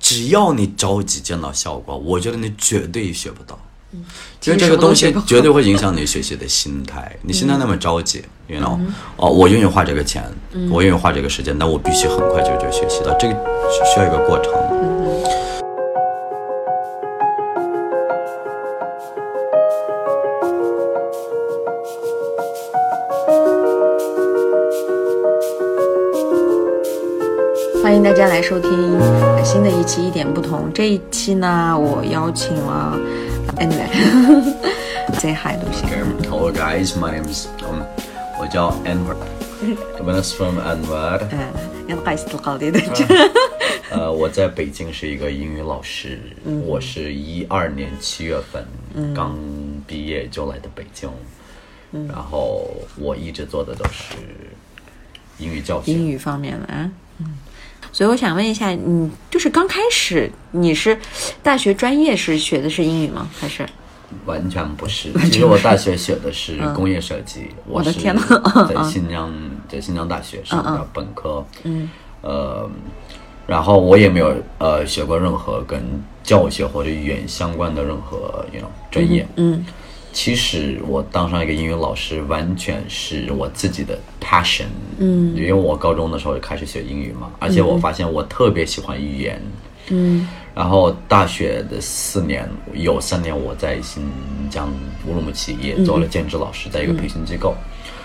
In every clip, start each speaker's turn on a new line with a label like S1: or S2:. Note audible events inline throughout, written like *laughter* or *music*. S1: 只要你着急见到效果，我觉得你绝对学不到，因为这个东西绝对会影响你学习的心态。你心态那么着急，you know，哦，我愿意花这个钱，我愿意花这个时间，但我必须很快就就学习到，这个需要一个过程。
S2: 欢迎大家来收听呃新的一期《一点不同》。这一期呢，我邀请了哎 Anyway *laughs* 贼嗨都行。
S1: Hello guys, my name is um, 我叫 Anwar. I'm a from Anwar.
S2: 嗯，要不好意思，搞的对
S1: 呃，我在北京是一个英语老师，
S2: 嗯
S1: 我是一二年七月份刚毕业就来的北京，
S2: 嗯
S1: 然后我一直做的都是英语教学。
S2: 英语方面的啊。嗯，所以我想问一下，你就是刚开始你是大学专业是学的是英语吗？还是
S1: 完全不是。其实我大学学的是工业设计，我
S2: 的
S1: 是
S2: 天呐
S1: 在新疆，在新疆大学上的本科，嗯，呃，然后我也没有呃学过任何跟教学或者语言相关的任何 you know 专业，嗯。其实我当上一个英语老师，完全是我自己的 passion。嗯，因为我高中的时候就开始学英语嘛，而且我发现我特别喜欢语言。然后大学的四年，有三年我在新疆乌鲁木齐也做了兼职老师，在一个培训机构。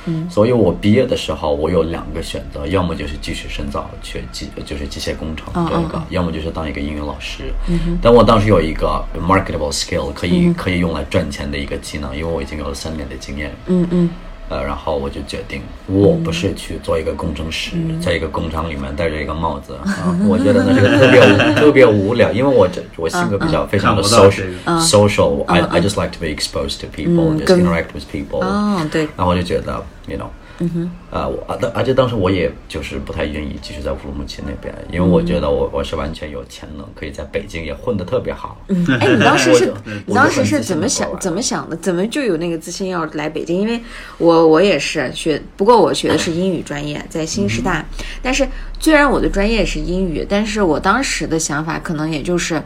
S1: 嗯，所以我毕业的时候，我有两个选择，要么就是继续深造学机，就是机械工程这个，要么就是当一个英语老师。啊嗯、但我当时有一个 marketable skill，可以、可以用来赚钱的一个技能，因为我已经有了三年的经验。嗯嗯。呃，然后我就决定，我不是去做一个工程师，在一个工厂里面戴着一个帽 *laughs* 子啊，我觉得那是个特别无特别无聊，因为我这我性格比较非常的
S3: 看不到
S1: social
S3: 这个
S1: social，I I just like to be exposed to people，just
S2: 跟
S1: interact with people，
S2: 哦对
S1: 然后我就觉得，you know，嗯哼，啊，我啊，当而且当时我也就是不太愿意继续在乌鲁木齐那边，因为我觉得我我是完全有潜能，可以在北京也混得特别好，嗯，
S2: 哎，你当
S1: *laughs*
S2: 时
S1: 我
S2: 是
S1: 就对，
S2: 你
S1: 我就
S2: 当时
S1: 很
S2: 是
S1: 自
S2: 怎
S1: 信
S2: 么
S1: 地
S2: 想
S1: 过来
S2: 怎么想的？怎么就有那个自信要来北京？因为我我也是学，不过我学的是英语专业，在新师大。
S1: 嗯
S2: 但是虽然我的专业是英语，但是我当时的想法可能也就是，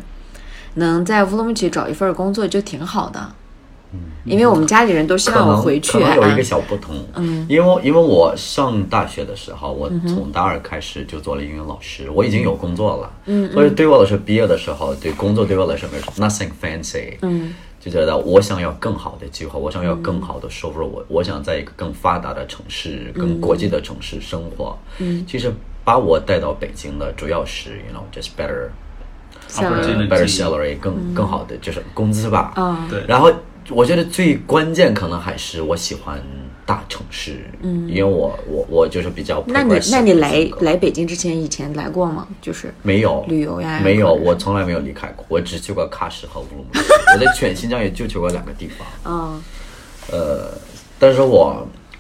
S2: 能在乌鲁木齐找一份工作就挺好的，因为我们家里人都希
S1: 嗯可
S2: 望我
S1: 能
S2: 回去
S1: 可能有一
S2: 啊
S1: 个。小不同，嗯，因为因为我上大学的时候，我从大二开始就做了英语老师，我已经有工作了，嗯，所以对我来说，毕业的时候，对工作对我来说没有 nothing fancy，嗯，就觉得我想要更好的机会，我想要更好的收入，我我想在一个更发达的城市、更国际的城市生活，嗯，其实把我带到北京的主要是，you know just better 呃
S2: 像
S3: opportunity
S1: better salary 更更好的就是工资吧。
S2: 嗯
S3: 对
S1: 然后我觉得最关键可能还是我喜欢大城市，嗯，因为我我我就是比较
S2: 那你
S1: progressive
S2: 那你
S1: 的
S2: 来
S1: 性格
S2: 来北京之前，以前来过吗？就是
S1: 没有
S2: 旅游呀
S1: 没有，
S2: 或者是
S1: 我从来没有离开过，我只去过喀什和乌鲁木齐，我在全新疆也就去过两个地方。
S2: 嗯
S1: 呃，但是我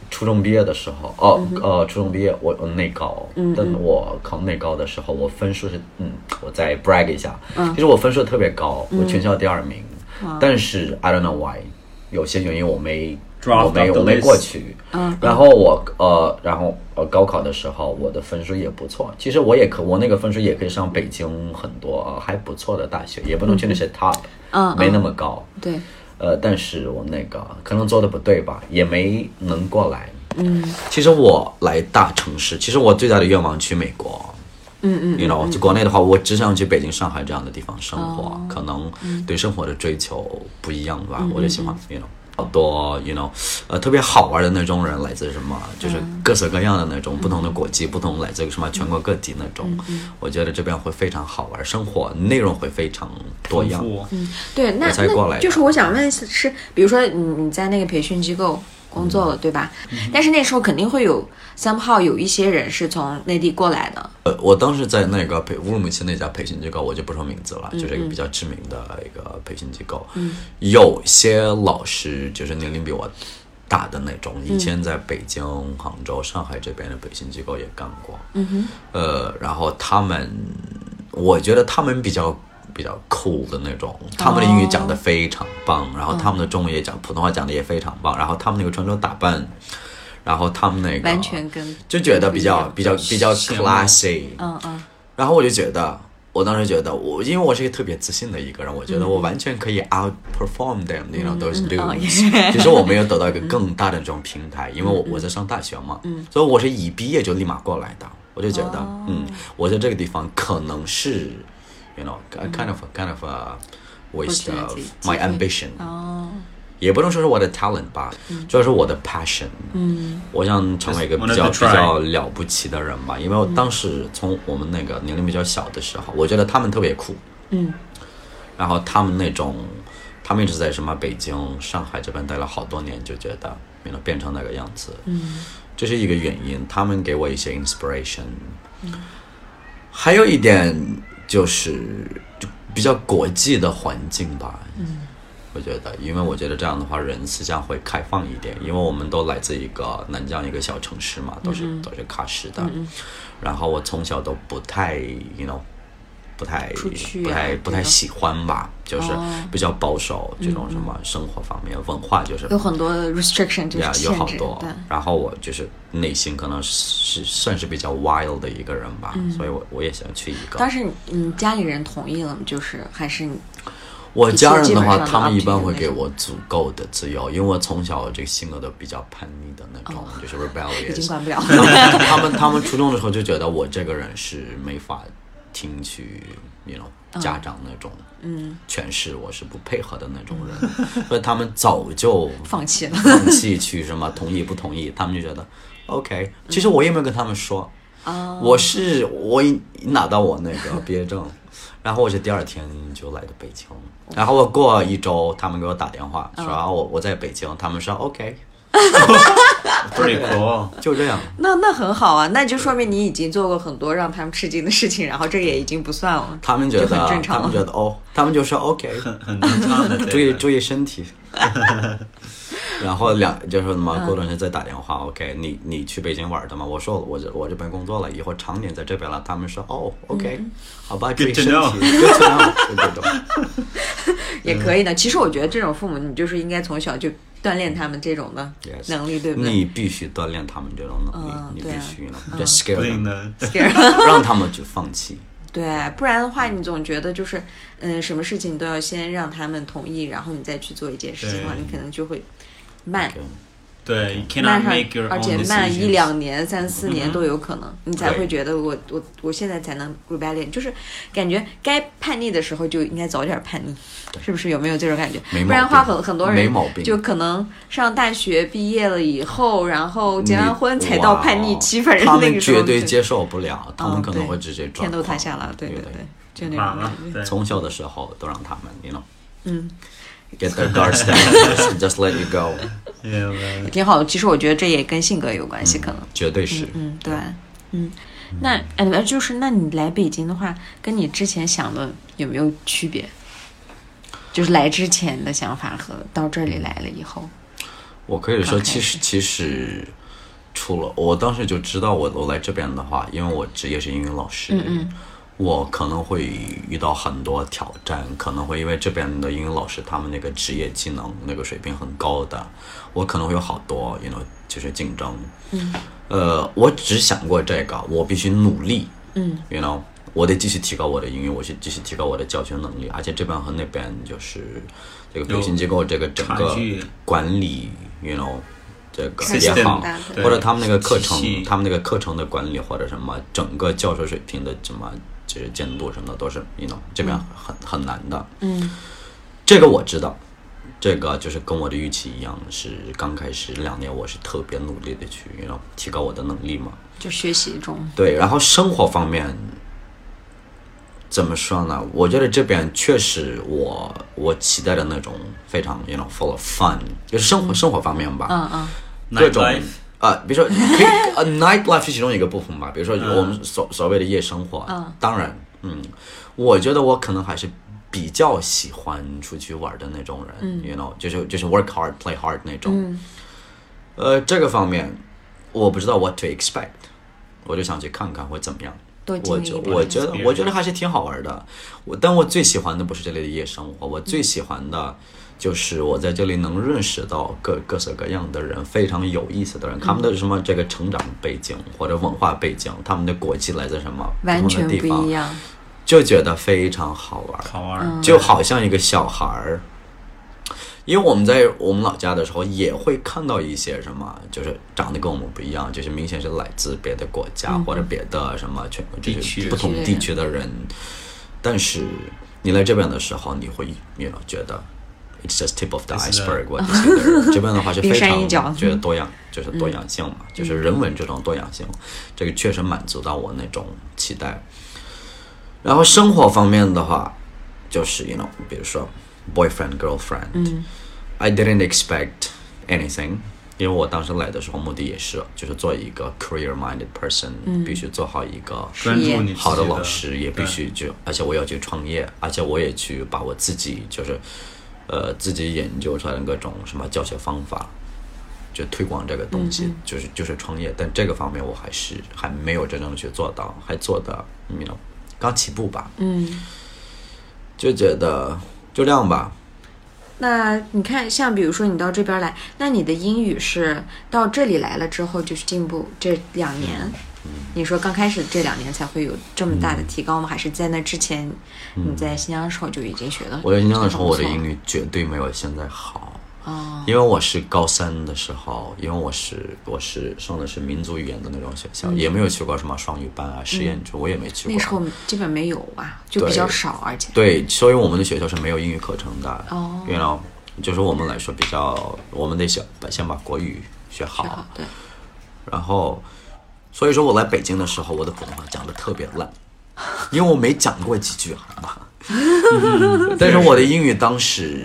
S1: 初中毕业的时候，哦、
S2: 嗯
S1: 呃，初中毕业我我内高，但我考内高的时候，我分数是，嗯，我再 brag 一下，
S2: 嗯
S1: 其实我分数特别高，我全校第二名，但是 I don't know why，有些原因我没。
S3: Dropped
S1: 我没
S3: off
S1: 有
S3: the
S1: 没
S3: list
S1: 过去，
S2: 嗯
S1: 然后我呃，然后呃，高考的时候我的分数也不错，其实我也可我那个分数也可以上北京很多、呃、还不错的大学，也不能去那些 top，、
S2: 嗯
S1: 没那么高，
S2: 对，
S1: 呃，但是我那个可能做的不对吧，也没能过来。嗯，其实我来大城市，其实我最大的愿望去美国。嗯嗯，你哦知道，就国内的话，我只想去北京、上海这样的地方生活，可能对生活的追求不一样吧。我就喜欢，you know，好多，you know，呃，特别好玩的那种人，来自什么，就是各色各样的那种，不同的国籍，不同来自什么全国各地那种。我觉得这边会非常好玩，生活内容会非常多样。
S2: 对，那
S1: 我才过来
S2: 那
S1: 的
S2: 就是我想问是，是比如说你你在那个培训机构工作了，
S1: 嗯
S2: 对吧？但是那时候肯定会有 somehow 有一些人是从内地过来的，
S1: 呃，我当时在那个培乌鲁木齐那家培训机构，我就不说名字了，就是一个比较知名的一个培训机构。嗯有些老师就是年龄比我大的那种，以前在北京、杭州、上海这边的培训机构也干过。嗯哼。呃，然后他们，我觉得他们比较。比较酷的那种，他们的英语讲得非常棒，然后他们的中文也讲，普通话讲得也非常棒，然后他们那个穿着打扮，然后他们那个
S2: 完全跟
S1: 就觉得比较比较比较
S3: 羡慕
S1: classy，
S2: 嗯嗯
S1: 然后我就觉得，我当时觉得我，因为我是一个特别自信的一个人，我觉得我完全可以 outperform them，你 know
S2: 嗯
S1: those
S2: 哦
S1: dudes。只是我没有得到一个更大的这种平台，因为我我在上大学嘛，所以我是一毕业就立马过来的，我就觉得，嗯，我在这个地方可能是，you know kind of kind of a waste of my ambition。
S2: 哦，
S1: 也不能说是我的 talent 吧，主要是我的 passion。
S2: 嗯，
S1: 我想成为一个
S3: Just
S1: 比
S3: wanted
S1: 较
S3: to
S1: 比
S3: try
S1: 较了不起的人吧，因为我当时从我们那个年龄比较小的时候，我觉得他们特别酷。
S2: 嗯，
S1: 然后他们那种，他们一直在什么北京、上海这边待了好多年，就觉得变得变成那个样子。
S2: 嗯，
S1: 这是一个原因，他们给我一些 inspiration。还有一点就是，就比较国际的环境吧。嗯，我觉得，因为我觉得这样的话，人思想会开放一点，因为我们都来自一个南疆一个小城市
S2: 嗯
S1: 嘛，都是、都是喀什的。然后我从小都不太，you know，不太、
S2: 出去啊
S1: 不太不太
S2: 这种
S1: 喜欢吧，就是
S2: 哦嗯
S1: 比较保守、这种什么生活方面、文化就是
S2: 有很多 restriction 就是
S1: 呀
S2: 限制
S1: 有好多
S2: 对。
S1: 然后我就是内心可能是是算是比较 wild 的一个人吧，
S2: 嗯
S1: 所以我我也想去一个
S2: 当。时你你家里人同意了吗？就是还是你
S1: 我家人的话，
S2: 一切基本上都
S1: 他们一般
S2: up to you
S1: 会给我足够的自由，因为我从小这个性格都比较叛逆的那种，就是
S2: 哦已经
S1: rebellious。
S2: 管
S1: *laughs*
S2: 不了
S1: 他
S2: 了。
S1: 们他们他们初中的时候就觉得我这个人是没法听取那种家长那种
S2: 嗯，
S1: 诠释，我是不配合的那种人，所以他们早就
S2: 放弃了。
S1: 放弃去什么同意不同意，他们就觉得 OK。其实我也没有跟他们说，
S2: 哦
S1: 我是我一拿到我那个毕业
S2: *laughs*
S1: 证，然后我就第二天就来的北京，然后我过一周，他们给我打电话
S2: 嗯
S1: 说啊我我在北京，他们说 OK，
S3: pretty cool.
S1: 就这样。
S2: 那那很好啊，那就说明你已经做过很多让他们吃惊的事情，然后这也已经不算了。
S1: 他们觉
S2: 就很
S1: 得
S2: 正常
S1: 他们觉得哦，他们就说 OK，注 *laughs* 意注意身
S2: *laughs*
S1: 体。然后两就是什么，
S2: 嗯
S1: 过段时间再打电话。OK，你你去北京玩的吗？我说我这我这边工作了，以后常年在这边了。他们说哦，OK，好
S2: 嗯
S1: 吧，注意
S3: Good to
S1: 身体
S3: know
S1: ，Good to know，对对对
S2: 也可以的。其实我觉得这种父母，你就是应该从小就锻炼他们这种的
S1: Yes
S2: 能力，对 *laughs* 不对
S1: 你 *laughs* 必须锻炼他们这种能力
S2: 嗯，
S1: 你
S2: 对
S1: 必
S2: 啊
S1: 须呢，just scare them，
S3: 的，
S2: Scare
S1: 让他们去放弃。
S2: 对，不然的话，你总觉得就是，嗯，什么事情都要先让他们同意，然后你再去做一件事情的话，
S3: 对
S2: 你可能就会慢
S1: OK，
S3: 对，you
S2: 慢
S3: cannot
S2: 上
S3: make，your
S2: 而
S3: own
S2: 且慢一
S3: decisions.
S2: 两年、三四年都有可能，你才
S1: 嗯对
S2: 会觉得我我我现在才能 rebellion，就是感觉该叛逆的时候就应该早点叛逆，是不是？有没有这种感觉？
S1: 没毛病
S2: 不然的话，很很多
S1: 没
S2: 人
S1: 毛病
S2: 就可能上大学毕业了以后，然后结完
S1: 你
S2: 婚才到
S1: 哇哦
S2: 叛逆期，反正
S1: 他
S2: 那
S1: 们
S2: 个时候
S1: 绝对
S2: 就
S1: 接受不了，他们
S2: 嗯
S1: 可能
S2: 对
S1: 会直接
S2: 天
S1: 转
S2: 都塌
S1: 行
S2: 下了，对
S1: 对
S2: 对对，就那
S3: 完
S2: 种感
S3: 了，
S2: 觉。
S3: 对，
S1: 从小的时候都让他们，you know，get
S2: 嗯，
S1: their guards
S2: *laughs*
S1: down，just just let you go，
S3: Yeah, man.
S2: 挺好的。其实我觉得这也跟性格有关系，可能。
S1: 绝对是。
S2: 嗯，对，嗯，那哎，就是那你来北京的话，跟你之前想的有没有区别？就是来之前的想法和到这里来了以后，
S1: 我可以说，
S2: 刚开
S1: 其实其实除了我当时就知道我我来这边的话，因为我职业是英语老师，
S2: 嗯
S1: 我可能会遇到很多挑战，可能会因为这边的英语老师他们那个职业技能那个水平很高的，我可能会有好多 you know 就是竞争。嗯，呃，我只想过这个，我必须努力。
S2: 嗯
S1: ，you know。我得继续提高我的英语，我去继续提高我的教学能力，而且这边和那边就是这个培训机构这个整
S3: 差
S1: 个
S3: 距
S1: 管理，you know，这个
S2: 看
S1: 也
S3: 起来
S1: 好
S3: 很
S2: 大，对
S1: 或者他们那个课程
S3: 体系，
S1: 他们那个课程的管理或者什么，整个教学水平的什么就是监督什么的，都是 you know 这边很很难的。
S2: 嗯
S1: 这个我知道，这个就是跟我的预期一样，是刚开始两年我是特别努力的去 you know 提高我的能力嘛。
S2: 就学习中，
S1: 对，然后生活方面怎么说呢？我觉得这边确实我我期待的那种非常 you know full of fun，就是生活、生活方面吧。
S2: 嗯嗯，
S1: 各种
S3: Nightlife
S1: 啊，比如说可以呃 nightlife 是其中一个部分吧，比如说我们所所谓的夜生活，
S2: 嗯
S1: 当然，嗯，我觉得我可能还是比较喜欢出去玩的那种人、y o u know，就是就是 work hard play hard 那种，
S2: 嗯
S1: 呃，这个方面我不知道 what to expect，我就想去看看会怎么样。
S2: 多
S1: 我
S2: 经历
S1: 觉
S2: 一
S1: 我
S2: 点。
S1: 觉得
S3: experience
S1: 我觉得还是挺好玩的。我但我最喜欢的不是这里的夜生活，我最喜欢的就是我在这里能认识到各各色各样的人，非常有意思的人，他
S2: 嗯
S1: 们的什么这个成长背景或者文化背景，他们的国籍来自什么不
S2: 完
S1: 同
S2: 全
S1: 的地
S2: 不
S1: 方
S2: 一，样，
S1: 就觉得非常好玩儿，
S3: 好玩
S2: 嗯
S3: 儿，
S1: 就好像一个小孩儿。因为我们在我们老家的时候，也会看到一些什么，就是长得跟我们不一样，就是明显是来自别的国家、
S2: 嗯
S1: 或者别的什么全就
S3: 地
S1: 是
S3: 区
S1: 不同地区的人。但是你来这边的时候，你会，you know，觉得 it's just tip of the
S3: It's the-
S1: iceberg。我就觉
S2: *laughs*
S1: 得这边的话是
S2: 冰
S1: 非
S2: 山一角
S1: 常觉得多样，就是多样性嘛，就是人文这种多样性，这个确实满足到我那种期待。然后生活方面的话，就是 you know，比如说 boyfriend girlfriend，、I
S2: 嗯
S1: didn't expect anything，因为我当时来的时候目的也是，就是做一个 career minded person，、必须做好一个
S3: 专注你自己
S1: 好
S3: 的
S1: 的老师，也必须就，而且我要去创业，而且我也去把我自己就是，呃，自己研究出来的各种什么教学方法，就推广这个东西，就是就是创业，但这个方面我还是还没有真正的去做到，还做的你 you know 刚起步吧，
S2: 嗯，
S1: 就觉得就这样吧，
S2: 那你看，像比如说你到这边来，那你的英语是到这里来了之后就是进步这两年，
S1: 嗯
S2: 你说刚开始这两年才会有这么大的提高吗？还是在那之前你在新疆的时候就已经学的？
S1: 嗯我在新疆的时候，我的英
S2: 语
S1: 语绝对没有现在好，
S2: 哦，
S1: 因为我是高三的时候，因为我是我是上的是民族语言的那种学校，也没有去过什么双语班啊、实验组，我也没去
S2: 那时
S1: 过。
S2: 候基本没有啊，就比
S1: 对
S2: 较少，而且
S1: 对，所以我们的学校是没有英语课程的。
S2: 哦
S1: 因为呢，就是我们来说比较，我们得先把先把国语学
S2: 对
S1: 好，
S2: 对，
S1: 然后，所以说我来北京的时候，我的普通话讲的特别烂，因为我没讲过几句好吗？ *laughs* 但是我的英语当时，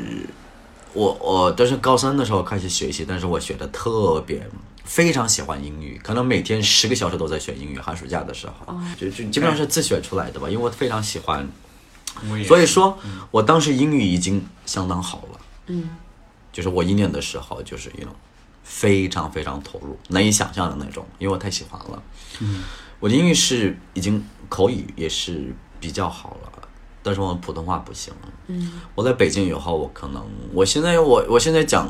S1: 我我但是高三的时候开始学习，但是我学的特别。非常喜欢英语，可能每天十个小时都在学英语。寒暑假的时候，就就基本上是自学出来的吧，因为我非常喜欢
S3: 我也
S1: 所以说，我当时英语已经相当好了。嗯，就是我一年的时候，就是一种非常非常投入、难以想象的那种，因为我太喜欢了。嗯，我的英语是已经口语也是比较好了，但是我普通话不行。嗯，我在北京以后，我可能我现在我我现在讲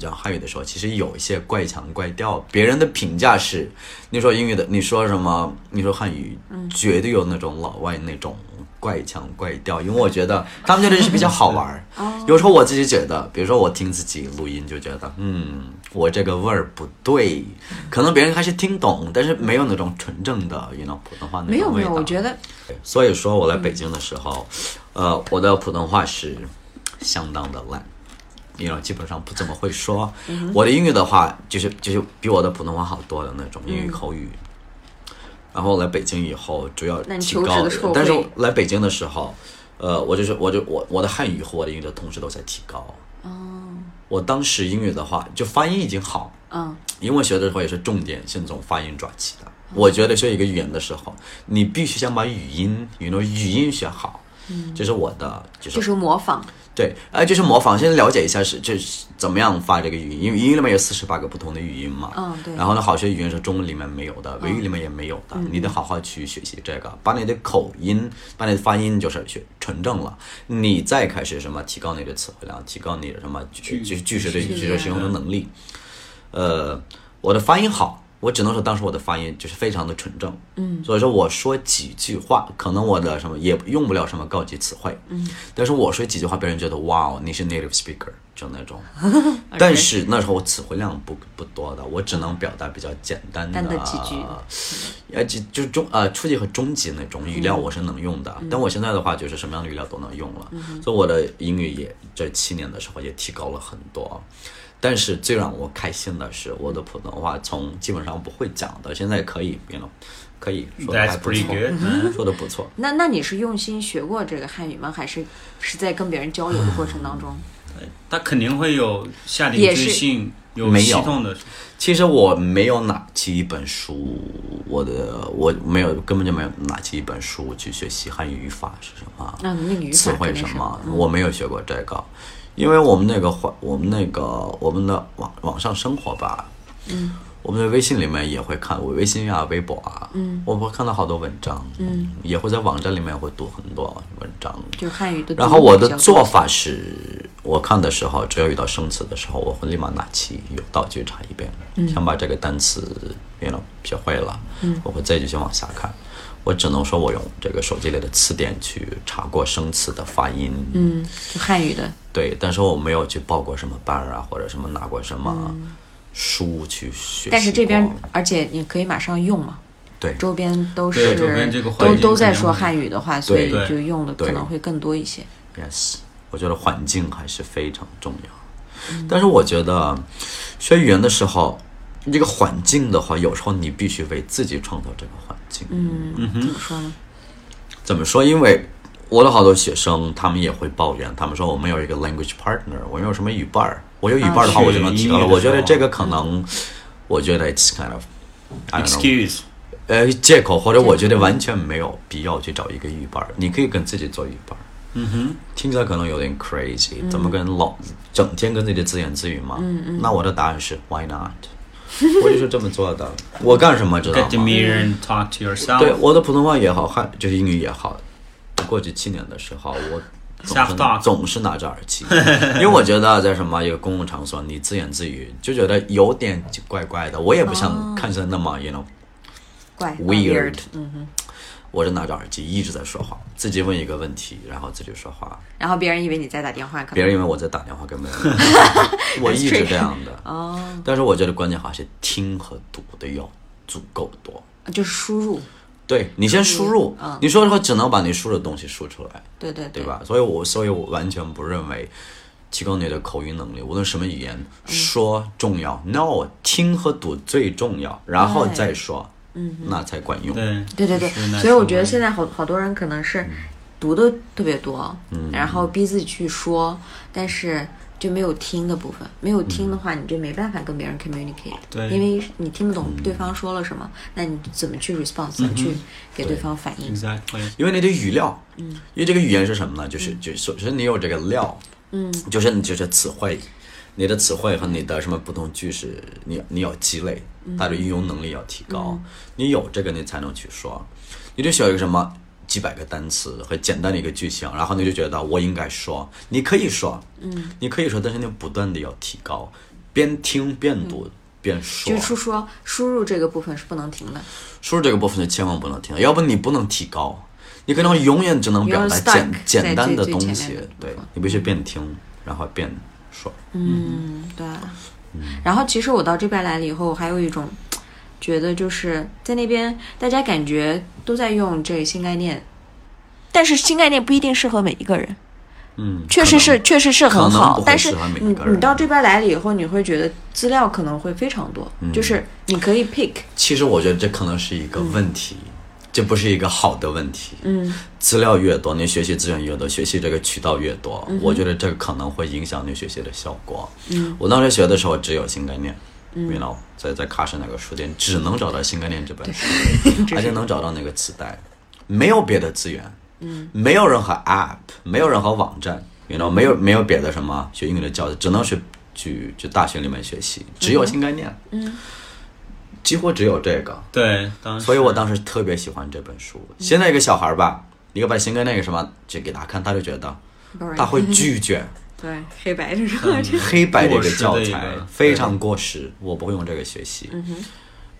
S1: 讲汉语的时候，其实有一些怪腔怪调，别人的评价是，你说英语的，你说什么？你说汉语，绝对有那种老外那种怪腔怪调，因为我觉得他们觉得是比较好玩儿。
S2: 哦
S1: 有时候我自己觉得，比如说我听自己录音就觉得，嗯，我这个味儿不对，可能别人还是听懂，但是没有那种纯正的云南普通话那
S2: 没有
S1: 种味
S2: 没有，
S1: 道。
S2: 我觉得
S1: 所以说我来北京的时候，呃，我的普通话是相当的烂，因为基本上不怎么会说。
S2: 嗯
S1: 我的英语的话，就是就是比我的普通话好多的那种英
S2: 嗯
S1: 语口语。然后来北京以后，主要
S2: 那你
S1: 提
S2: 求职
S1: 高
S2: 的时候，
S1: 但是
S2: 会
S1: 来北京的时候，呃，我就是我就我我的汉语和我的英语的同时都在提高。
S2: 哦
S1: 我当时英语的话，就发音已经好，
S2: 嗯，
S1: 因为学的时候也是重点先从发音抓起的。我觉得学一个语言的时候，你必须先把语音，you know，语音学好。嗯，这是我的，就是
S2: 就是模仿，
S1: 对，哎，就是模仿，先了解一下是就是怎么样发这个语音，因为英语里面有四十八个不同的语音嘛。
S2: 嗯对
S1: 然后呢，好学语言是中文里面没有的，维语里面也没有的，你得好好去学习这个，把你的口音，把你的发音就是学纯正了，你再开始什么提高你的词汇量，提高你的什么句就是句式的
S3: 句
S1: 句
S2: 式
S1: 式使用的能力。呃，我的发音好，我只能说当时我的发音就是非常的纯正，嗯，所以说我说几句话，可能我的什么也用不了什么高级词汇，嗯，但是我说几句话，别人觉得哇哦，你是 native speaker 就那种，但是那时候我词汇量不不多的，我只能表达比较简单的
S2: 单的几句
S1: 呃，就就中呃初级和中级那种语料
S2: 嗯
S1: 我是能用的，但我现在的话就是什么样的语料都能用了，所以我的英语也这七年的时候也提高了很多。但是最让我开心的是，我的普通话从基本上不会讲的，现在可以，you know，可以说的
S3: That's
S1: 还不
S3: pretty
S1: 错
S3: good，嗯
S1: 说的不错。
S2: 那那你是用心学过这个汉语吗？还是是在跟别人交流的过程当中？
S1: 嗯
S3: 他肯定会有下定
S2: 也
S3: 决
S2: 是
S3: 心，有
S1: 没
S3: 系
S1: 有
S3: 统的，
S1: 其实我没有拿起一本书，我的我没有根本就没有拿起一本书去学习汉语语法是什么。
S2: 那那个语
S1: 词
S2: 法
S1: 汇
S2: 肯定
S1: 什
S2: 是嗯
S1: 么，我没有学过这个，因为我们那个环，我们那个我们的网网上生活吧，嗯，我们的微信里面也会看，我微信啊、微博啊，嗯，我会看到好多文章，嗯，也会在网站里面会读很多文章，
S2: 就汉语的。
S1: 然后我的做，法是，我看的时候，只要遇到生词的时候，我会立马拿起有道具查
S2: 嗯
S1: 一遍，想把这个单词 you know 学会了，我会再继续往下看。我只能说我用这个手机里的词典去查过生词的发音，
S2: 嗯，就汉语的，
S1: 对，但是我没有去报过什么班啊，或者什么拿过什么书去学习过。
S2: 嗯但是这边而且你可以马上用嘛，
S1: 对
S2: 周边都
S3: 对
S2: 是
S3: 周边这个环
S2: 都
S3: 境
S2: 都在
S3: 肯定
S2: 说
S3: 会
S2: 汉语的话，所以
S1: 对
S2: 就用的可
S1: 对
S2: 能会更多一些。
S1: ，yes，我觉得环境还是非常重要。但是我觉得学语言的时候，这个环境的话，有时候你必须为自己创造这个环境。
S2: 嗯，怎么说呢？
S1: 怎么说？因为我的好多学生，他们也会抱怨，他们说我没有一个 language partner，我没有什么语伴儿。我有语伴儿的话，
S3: 啊
S1: 我就能提高
S3: 学英语的时
S1: 了。
S3: 候
S1: 我觉得这个可能，我觉得 it's kind of I don't know
S3: excuse
S1: 呃借口，或者我觉得完全没有必要去找一个语伴儿，你可以跟自己做语伴儿。嗯哼，听起来可能有点 crazy，怎么跟老整天跟自己自言自语嘛？嗯嗯。那我的答案是 why not？我就是这么做的。我干什么知道
S3: get the
S1: 吗？
S3: mirror and talk to
S1: 对
S3: yourself
S1: 我的普通话也好，汉就是英语也好，过去七年的时候，我总
S3: Self
S1: 是
S3: talk
S1: 总是拿着耳机，因为我觉得在什么一个公共场所，你自言自语就觉得有点怪怪的。我也不想看起来那么、y o u know
S2: 怪
S1: weird，
S2: 嗯哼。
S1: 我就拿着耳机一直在说话，自己问一个问题，然后自己说话，
S2: 然后别人以为你在打电话，可
S1: 别
S2: 能
S1: 人以为我在打电话跟别人，我一直这样的。
S2: 哦，
S1: 但是我觉得关键还是听和读的要足够多。
S2: 就是输入，
S1: 对你先输入，
S2: 嗯
S1: 你说的话只能把你输的东西输出来。
S2: 对对
S1: 对？吧？所以我所以我完全不认为提高你的口语能力，无论什么语言，说重要。No，听和读最重要，然后
S2: 对
S1: 再说，嗯，那才管用。
S3: 对
S2: 对对对
S3: 就是那，
S2: 所以我
S3: 种
S2: 觉得现在好好多人可能是读的特别多，
S3: 嗯
S2: 然后逼自己去说，但是就没有听的部分。没有听的话，你就没办法跟别人 communicate，
S3: 嗯对嗯
S2: 因为你听不懂对方说了什么，那你怎么去 response，怎么去给对方反应？
S3: exactly
S1: 因为你的语料，嗯，因为这个语言是什么呢？就是就首先你有这个料，嗯，就是你就是词汇，你的词汇和你的什么不同句式，你你要积累，
S2: 嗯
S1: 它的运用能力要提高，你有这个你才能去说，你就需要一个什么几百个单词和简单的一个句型，然后你就觉得我应该说，你可以说，嗯，你可以说，但是你不断的要提高，边听边读。
S2: 嗯
S1: 边说，
S2: 就是说输入这个部分是不能停的，
S1: 输入这个部分就千万不能停，要不你不能提高，你可能永远只能表达
S2: You're stuck
S1: 简简单的
S2: 在最
S1: 东
S2: 最前
S1: 西
S2: 面的，部分
S1: 对你必须边听然后边说，
S2: 嗯，对。然后其实我到这边来了以后，我还有一种觉得就是在那边大家感觉都在用这新概念，但是新概念不一定适合每一个人，
S1: 嗯，
S2: 确实是确实是
S1: 可能
S2: 很好
S1: 不，会
S2: 但是
S1: 适合每
S2: 你
S1: 个人
S2: 你到这边来了以后，你会觉得资料可能会非常多，
S1: 嗯
S2: 就是你可以 pick，
S1: 其实我觉得这可能是一个问题，这不是一个好的问题。
S2: 嗯，
S1: 资料越多，你学习资源越多，学习这个渠道越多，我觉得这个可能会影响你学习的效果。嗯，我当时学的时候只有新概念。嗯 you know，在在卡什那个书店只能找到《新概念》这本书， *laughs* 而且能找到那个磁带，没有别的资源，嗯，没有任何 app，没有任何网站，you know，没有没有别的什么学英语的教材，只能去去去大学里面学习，只有新概念，几乎只有这个，
S3: 对，当时嗯
S1: 所以我当时特别喜欢这本书。现在一个小孩儿吧，你给把新跟那个什么就给他看，他就觉得
S3: 嗯
S1: 他会拒
S3: *laughs*
S1: 绝
S2: 对黑白这种，
S1: 黑白这个教
S3: 过时的
S1: 材
S3: 一个，
S1: 非常过时，我不会用这个学习。
S2: 嗯
S3: 嗯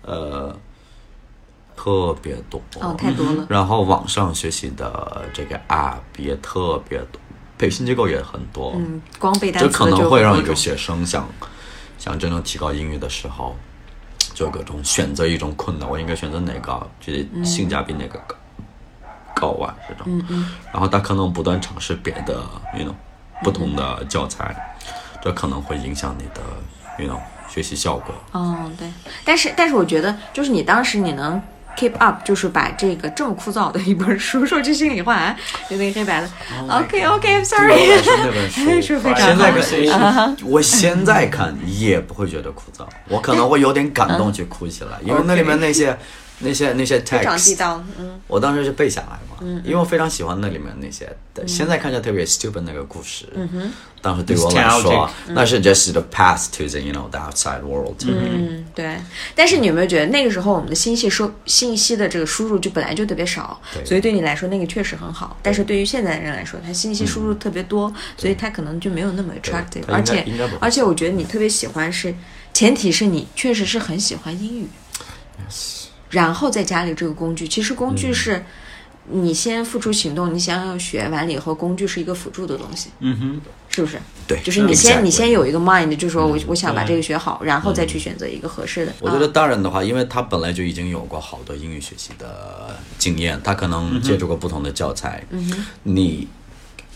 S1: 呃，特别多，
S2: 哦，太多了，
S1: 然后网上学习的这个 app 也特别多，培训机构也很多，
S2: 嗯，光背单
S1: 这
S2: 词
S1: 可
S2: 的
S1: 能
S2: 就
S1: 会让
S2: 很
S1: 一
S2: 多
S1: 个学生想想真正提高英语的时候，就有各种选择一种困难，我应该选择哪个，觉
S2: 嗯
S1: 得性价比哪个高、高啊这种。然后他可能不断尝试别的，you know，不同的教材，这可能会影响你的，you know，学习效果。
S2: 哦，对，但是但是我觉得，就是你当时你能 keep up，就是把这个这么枯燥的一本书， *laughs* 说句心里话啊，有点黑白的。OK OK，I'm
S1: Oh 对我
S2: sorry
S1: 来。说那本
S2: *laughs* 是
S1: 书，
S2: 非常啊
S1: 现在
S2: 好
S1: 看，我我现在看也不会觉得枯燥，我可能会有点感
S2: 嗯
S1: 动去哭起来，因为那里面那些那些那些
S2: 非常地
S1: text，
S2: 道，嗯，
S1: 我当时是背下来嘛，因为我非常喜欢那里面那些
S2: 嗯
S1: 的，现在看着特别 stupid 那个故事，当时对我来
S3: Nostalgic
S1: 说那是 just the path to the you know the outside world，
S2: 嗯，对。但是你有没有觉得那个时候我们的信息收信息的这个输入就本来就特别少，
S1: 对
S2: 所以对你来说那个确实很好。但是对于现在的人来说，他信息输入特别多，所以他可能就没有那么 attractive。
S1: 嗯他应该
S2: 而且
S1: 应该不会
S2: 而且我觉得你特别喜欢是，前提是你确实是很喜欢英语。然后再加了这个工具。其实工具
S1: 嗯
S2: 是你先付出行动，你想要学完了以后，工具是一个辅助的东西，
S3: 嗯哼，
S2: 是不是？
S1: 嗯对，
S2: 就是你先
S1: exactly
S2: 你先有一个 mind，就说我我想把
S3: 对
S2: 这个学好，然后再去选择一个合适的。啊
S1: 我觉得大人的话，因为他本来就已经有过好多英语学习的经验，他可能接触过不同的教材。
S2: 嗯
S1: 你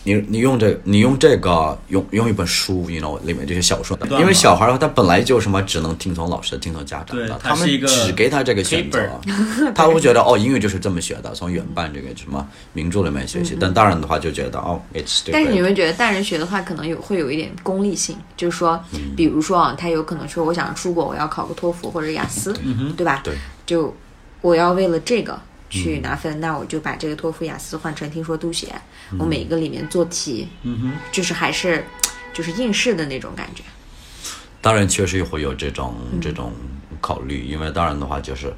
S1: 你你用这你用这个用用一本书，you know 里面这些小说，
S3: 段
S1: 因为
S3: 嘛
S1: 小孩儿他本来就是嘛，只能听从老师的，听从家长
S3: 对
S1: 的，
S3: 他
S1: 他们
S3: 是一个
S1: 只给他这个选择， *laughs* 他会觉得哦，英语就是这么学的，从原版这个什么名著里面学
S3: 嗯
S1: 习。但大人的话就觉得哦，it's
S2: 但是你
S1: stupid，
S2: 们觉得大人学的话，可能有会有一点功利性，就是说，
S1: 嗯
S2: 比如说啊，他有可能说我想出国，我要考个托福或者雅思，对吧？
S1: 嗯对，嗯
S2: 就我要为了这个去拿分，那我就把这个托福、雅思换成听说读写，
S1: 嗯
S2: 我每一个里面做题，
S3: 嗯哼，
S2: 就是还是就是应试的那种感觉。
S1: 当然确实会有这种这种考虑，因为当然的话就是。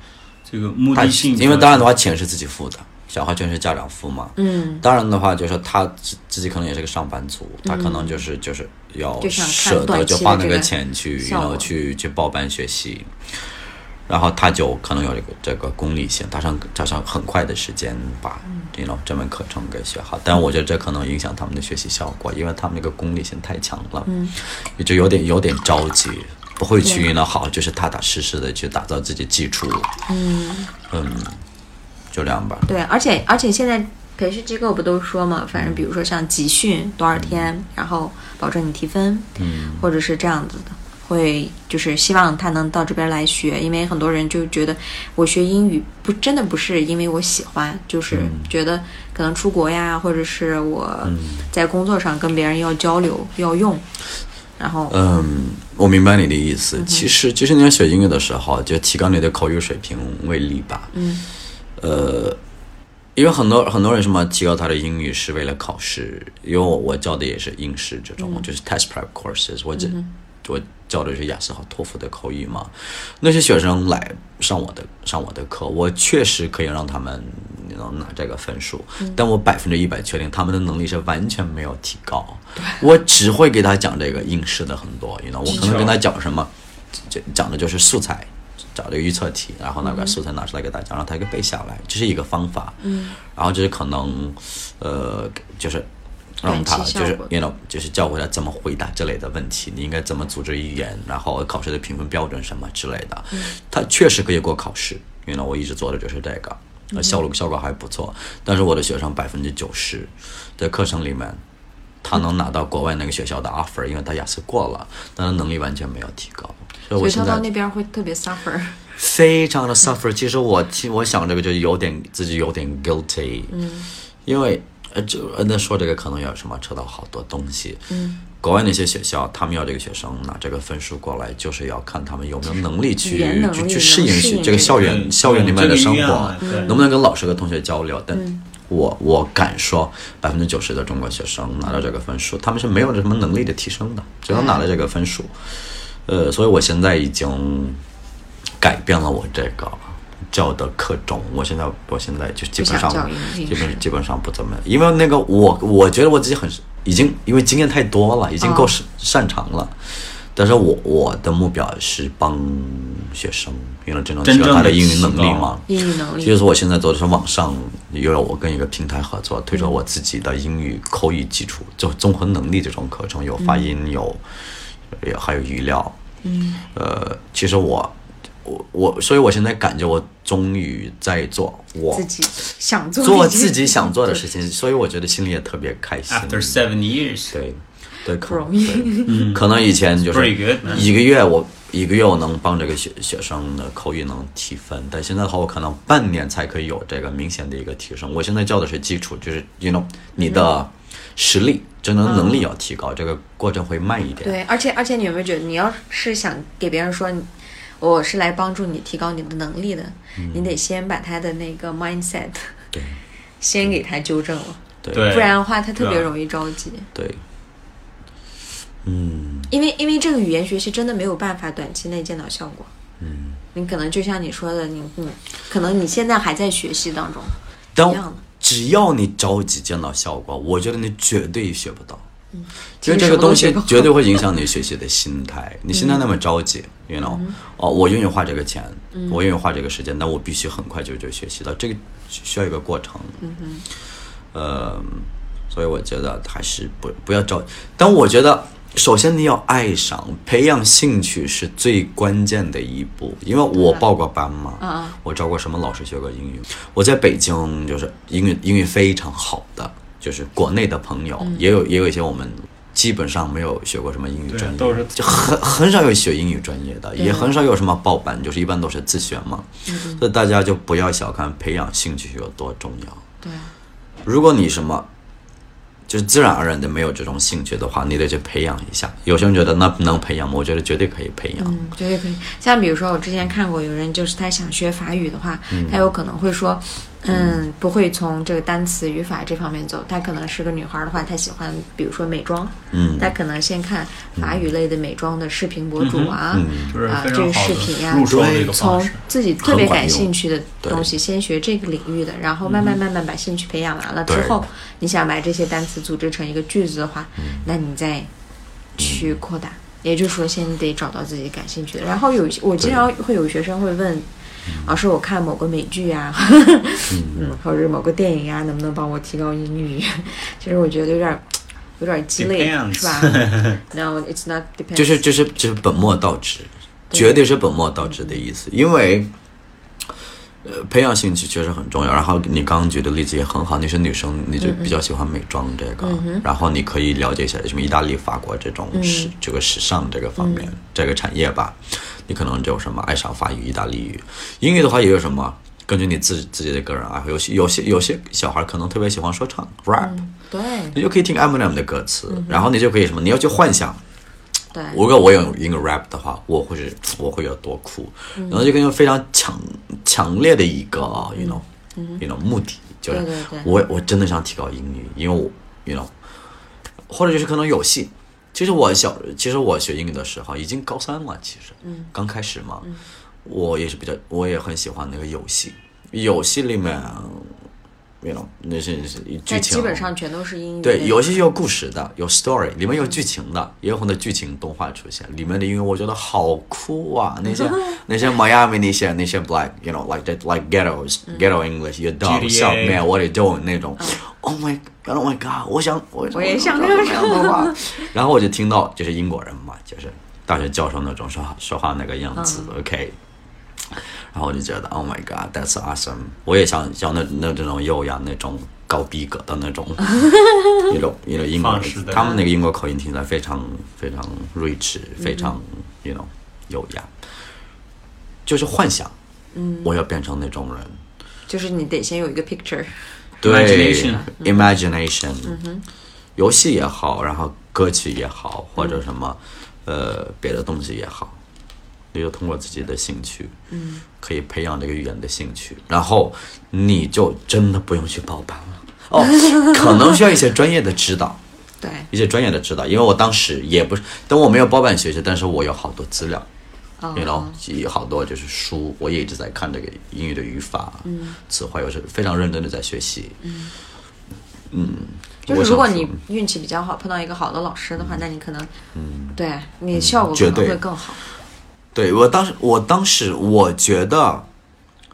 S3: 这个目
S1: 他
S3: 的性，
S1: 因为当然的话，钱是自己付的，小孩全是家长付嘛。
S2: 嗯，
S1: 当然的话，就是他自自己可能也是个上班族，他可能就是就是要
S2: 嗯就想看
S1: 舍得
S2: 短
S1: 就
S2: 期的
S1: 花
S2: 这
S1: 那
S2: 个
S1: 个钱去，
S2: 效
S1: 然
S2: 果
S1: 后去去报班学习，然后他就可能有这个这个功利性，他想他想很快的时间把
S2: 嗯
S1: 这种这门课程给学好，但我觉得这可能影响他们的学习效果，因为他们那个功利性太强了，
S2: 嗯
S1: 也就有点有点着急。不会去呢，好，就是踏踏实实的去打造自己基础。嗯就这样吧。
S2: 对，而且而且现在培训机构不都说嘛，反正比如说像集训多少天，然后保证你提分，嗯，或者是这样子的，会就是希望他能到这边来学，因为很多人就觉得我学英语不真的不是因为我喜欢，就是
S1: 嗯
S2: 觉得可能出国呀，或者是我在工作上跟别人要交流要用，然后
S1: 嗯，我明白你的意思。其实，其实你在学英语的时候，就提高你的口语水平为例吧。嗯。呃，因为很多很多人什么提高他的英语是为了考试，因为我我教的也是应试这种，就是 test prep courses，我只、
S2: 嗯
S1: 我教的是雅思和托福的口语嘛。那些学生来上我的上我的课，我确实可以让他们能拿这个分数，但我百分之一百确定他们的能力是完全没有提高。我只会给他讲这个应试的很多，你知道，我可能跟他讲什么，讲讲的就是素材。找这个预测题，然后呢把素材拿出来给大家，让他给背下来，这是一个方法。嗯，然后就是可能，呃，就是让他
S2: 短期效
S1: 就
S2: 果
S1: 是 you know 就是教会他怎么回答这类的问题，你应该怎么组织语言，然后考试的评分标准什么之类的。
S2: 嗯
S1: 他确实可以过考试，因为呢我一直做的就是这个，
S2: 嗯
S1: 呃效果效果还不错。但是我的学生百分之九十的课程里面，他能拿到国外那个学校的 offer，因为他雅思过了，但他能力完全没有提高。所以
S2: 所
S1: 呃我
S2: 以他
S1: 现在
S2: 到那边会特别 suffer。
S1: 非常的 suffer。其实我听我想这个就有点自己有点 guilty，嗯，因为呃，就呃那说这个可能要什么扯到好多东西，嗯，国外那些学校他们要这个学生拿这个分数过来，就是要看他们有没有能力
S2: 语
S1: 去
S2: 言能力
S1: 去
S2: 能
S1: 去适
S2: 适
S1: 应
S2: 应
S1: 这个
S2: 这
S1: 校
S2: 个
S1: 园
S3: 对
S1: 校园里面
S3: 嗯这
S1: 的
S3: 个
S1: 生
S3: 一样
S1: 活
S3: 啊，对
S1: 能不能跟老师和同学交流？但
S2: 嗯
S1: 我我敢说，百分之九十的中国学生拿到这个分数，他们是没有什么能力的提升的，只能拿了这个分数。呃，所以我现在已经改变了我这个教的课种。我现在我现在就基本
S2: 不想教
S1: 上
S2: 英语
S1: 基本基本上不怎么，因为那个我我觉得我自己很已经因为经验太多了，已经够
S2: 哦
S1: 擅擅长了。但是我我的目标是帮学生，因为真正提
S3: 真
S1: 高
S3: 正
S1: 他的
S3: 地
S1: 英语
S3: 提
S1: 能力
S3: 高
S1: 嘛。
S2: 英语能力
S1: 就是我现在做的是网上，因为我跟一个平台合作，推出我自己的英语口语基础，就综合能力这种课程，有发音，有也还有语料。嗯，呃，其实我我我，所以我现在感觉我终于在做我
S2: 自己想做
S1: 做
S2: 一件
S1: 自己想做的事情，所以我觉得心里也特别开心。
S3: ，After seven years，嗯
S1: 对对，可
S2: 容易
S1: 对可能以前就是
S3: Pretty good, 嗯 man.
S1: 一个月我一个月我能帮这个学学生的口语能提分，但现在的话我可能半年才可以有这个明显的一个提升。我现在教的是基础，就是 you know 你
S2: 嗯
S1: 的实力真的能力要提高，这个过程会慢一点。
S2: 对，而且而且你有没有觉得，你要是想给别人说，你我是来帮助你提高你的能力的，你得先把他的那个 mindset
S1: 嗯对
S2: *laughs* 先给他纠正了，
S1: 对
S3: 对
S2: 不然的话他特别
S3: 对啊
S2: 容易着急。
S1: 对嗯，
S2: 因为因为这个语言学习真的没有办法短期内见到效果。嗯，你可能就像你说的，你你可能你现在还在学习当中，
S1: 但
S2: 一样的
S1: 只要你着急见到效果，我觉得你绝对学不到。嗯其实这个东西绝对会影响你学习的心态。 *laughs* 你心态那么着急，you know，哦，我愿意花这个钱，我愿意花这个时间，但我必须很快就就学习到，这个需要一个过程。嗯呃，所以我觉得还是不不要着急，但我觉得首先你要爱上，培养兴趣是最关键的一步。因为我报过班嘛，
S2: 啊
S1: 我找过什么老师学过英语，我在北京就是英语英语非常好的，就是国内的朋友、
S3: 嗯
S1: 也有也有一些我们。基本上没有学过什么英语
S3: 对
S1: 专业，
S3: 都是
S1: 就很很少有学英语专业的，也很少有什么报班，就是一般都是自学嘛。
S3: 嗯
S1: 所以大家就不要小看培养兴趣有多重要。
S2: 对，啊
S1: 如果你什么，就是自然而然的没有这种兴趣的话，你得去培养一下。有些人觉得那不能培养吗？我觉得绝对可以培养。
S2: 嗯，绝对可以。像比如说，我之前看过有人，就是他想学法语的话，他有可能会说，嗯，不会从这个单词、语法这方面走。他可能是个女孩儿的话，她喜欢比如说美妆，
S1: 嗯
S2: 她可能先看法语类的美妆的视频博主啊，
S1: 嗯
S3: 就是
S2: 啊
S3: 非
S2: 这
S3: 常
S2: 个
S3: 好
S2: 视频呀
S3: 的入手的一个方
S2: 从
S3: 式。
S2: 自己特别感兴趣的
S1: 对
S2: 东西先学这个领域的，然后慢慢慢慢把兴趣培养完了之后，你想把这些单词组织成一个句子的话，
S1: 嗯
S2: 那你再去扩大。也就是说，先得找到自己感兴趣的。然后有一些我经常会有学生会问。
S1: 嗯
S2: 老师，我看某个美剧啊，嗯， *laughs* 或者是某个电影啊，能不能帮我提高英语？ *laughs* 其实我觉得有点儿，有点儿鸡肋
S3: Depends
S1: *laughs*
S2: 是吧？No, it's not depends。
S1: 就是就是就是本末倒置，
S2: 对
S1: 绝对是本末倒置的意思。因为，呃，培养兴趣确实很重要。然后你刚刚举的例子也很好，你是女生，你就比较喜欢美妆这个，然后你可以了解一下什么意大利、法国这种时、这个时尚这个方面、这个产业吧。你可能就什么爱上法语、意大利语、英语的话也有什么。根据你自自己的个人爱好，有些有些有些小孩可能特别喜欢说唱 rap，、
S2: 对
S1: 你就可以听 Eminem 的歌词，然后你就可以什么，你要去幻想
S2: 对，
S1: 如果我有一个 rap 的话，我会是我会有多酷，
S2: 嗯
S1: 然后就跟非常强强烈的一个，you know，you know 目的就是
S2: 对对嗯对
S1: 我我真的想提高英语，因为我 you know，或者就是可能有戏。其实我小，其实我学英语的时候已经高三了，其实，
S2: 嗯
S1: 刚开始嘛，我也是比较，我也很喜欢那个游戏，游戏里面，you know，那是是剧
S2: 但
S1: 情，啊
S2: 基本上全都是英语。
S1: 嗯对，有些是有故事的，有 story，里面有剧情的，也有很多剧情动画出现。里面的音乐我觉得好酷啊！那 *laughs* 些那些 Miami 那些那些 black，you know，like that like ghettos ghetto English，your dog
S3: GTA
S1: s h o p man what you doing 那种。Oh my oh my god！我想我
S2: 我也想
S1: 这
S2: 这
S1: 样
S2: 种
S1: 的话。 *laughs* 然后我就听到就是英国人嘛，就是大学教授那种说话说话那个样子。OK，然后我就觉得 Oh my god，that's awesome！我也想想那那这种优雅那种高逼格的那种一种一种英国
S3: 方式的
S1: 他们那个英国口音听起来非常非常睿智，非常 you know 优雅，就是幻想，嗯，我要变成那种人。
S2: 就是你得先有一个 picture。
S1: 对
S3: Imagination
S1: imagination，游戏也好，然后歌曲也好，或者什么呃别的东西也好，你就通过自己的兴趣，可以培养这个语言的兴趣，然后你就真的不用去报班了。哦，可能需要一些专业的指导，
S2: 对，
S1: 一些专业的指导，因为我当时也不是，但我没有包办学习，但是我有好多资料，
S2: 哦
S1: 你 you know，有好多就是书，我也一直在看这个英语的语法、
S2: 嗯
S1: 词汇，我是非常认真的在学习。嗯
S2: 就是
S1: 我
S2: 如果
S1: 想
S2: 你
S1: 说嗯
S2: 运气比较好，碰到一个好的老师的话，那你可能，对你效果可
S1: 绝
S2: 能
S1: 对
S2: 会更好。
S1: 对我当时，我当时我觉得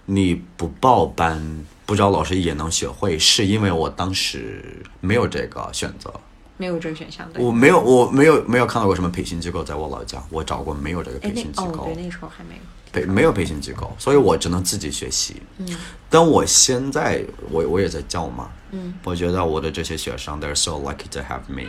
S1: 你不报班，不找老师也能学会，是因为我当时没有这个选择。
S2: 没有这个选项，对。
S1: 我没有，我没有没有看到过什么培训机构，在我老家，我找过没有这个
S2: 哎，
S1: 培
S2: 那
S1: 训机
S2: 哦，
S1: 构
S2: 对，。那时候还没有。
S1: 培没有培训机构，所以我只能自己学习。嗯，但我现在我我也在教嘛。嗯，我觉得我的这些学生，they're so lucky to have
S2: *laughs*
S1: me，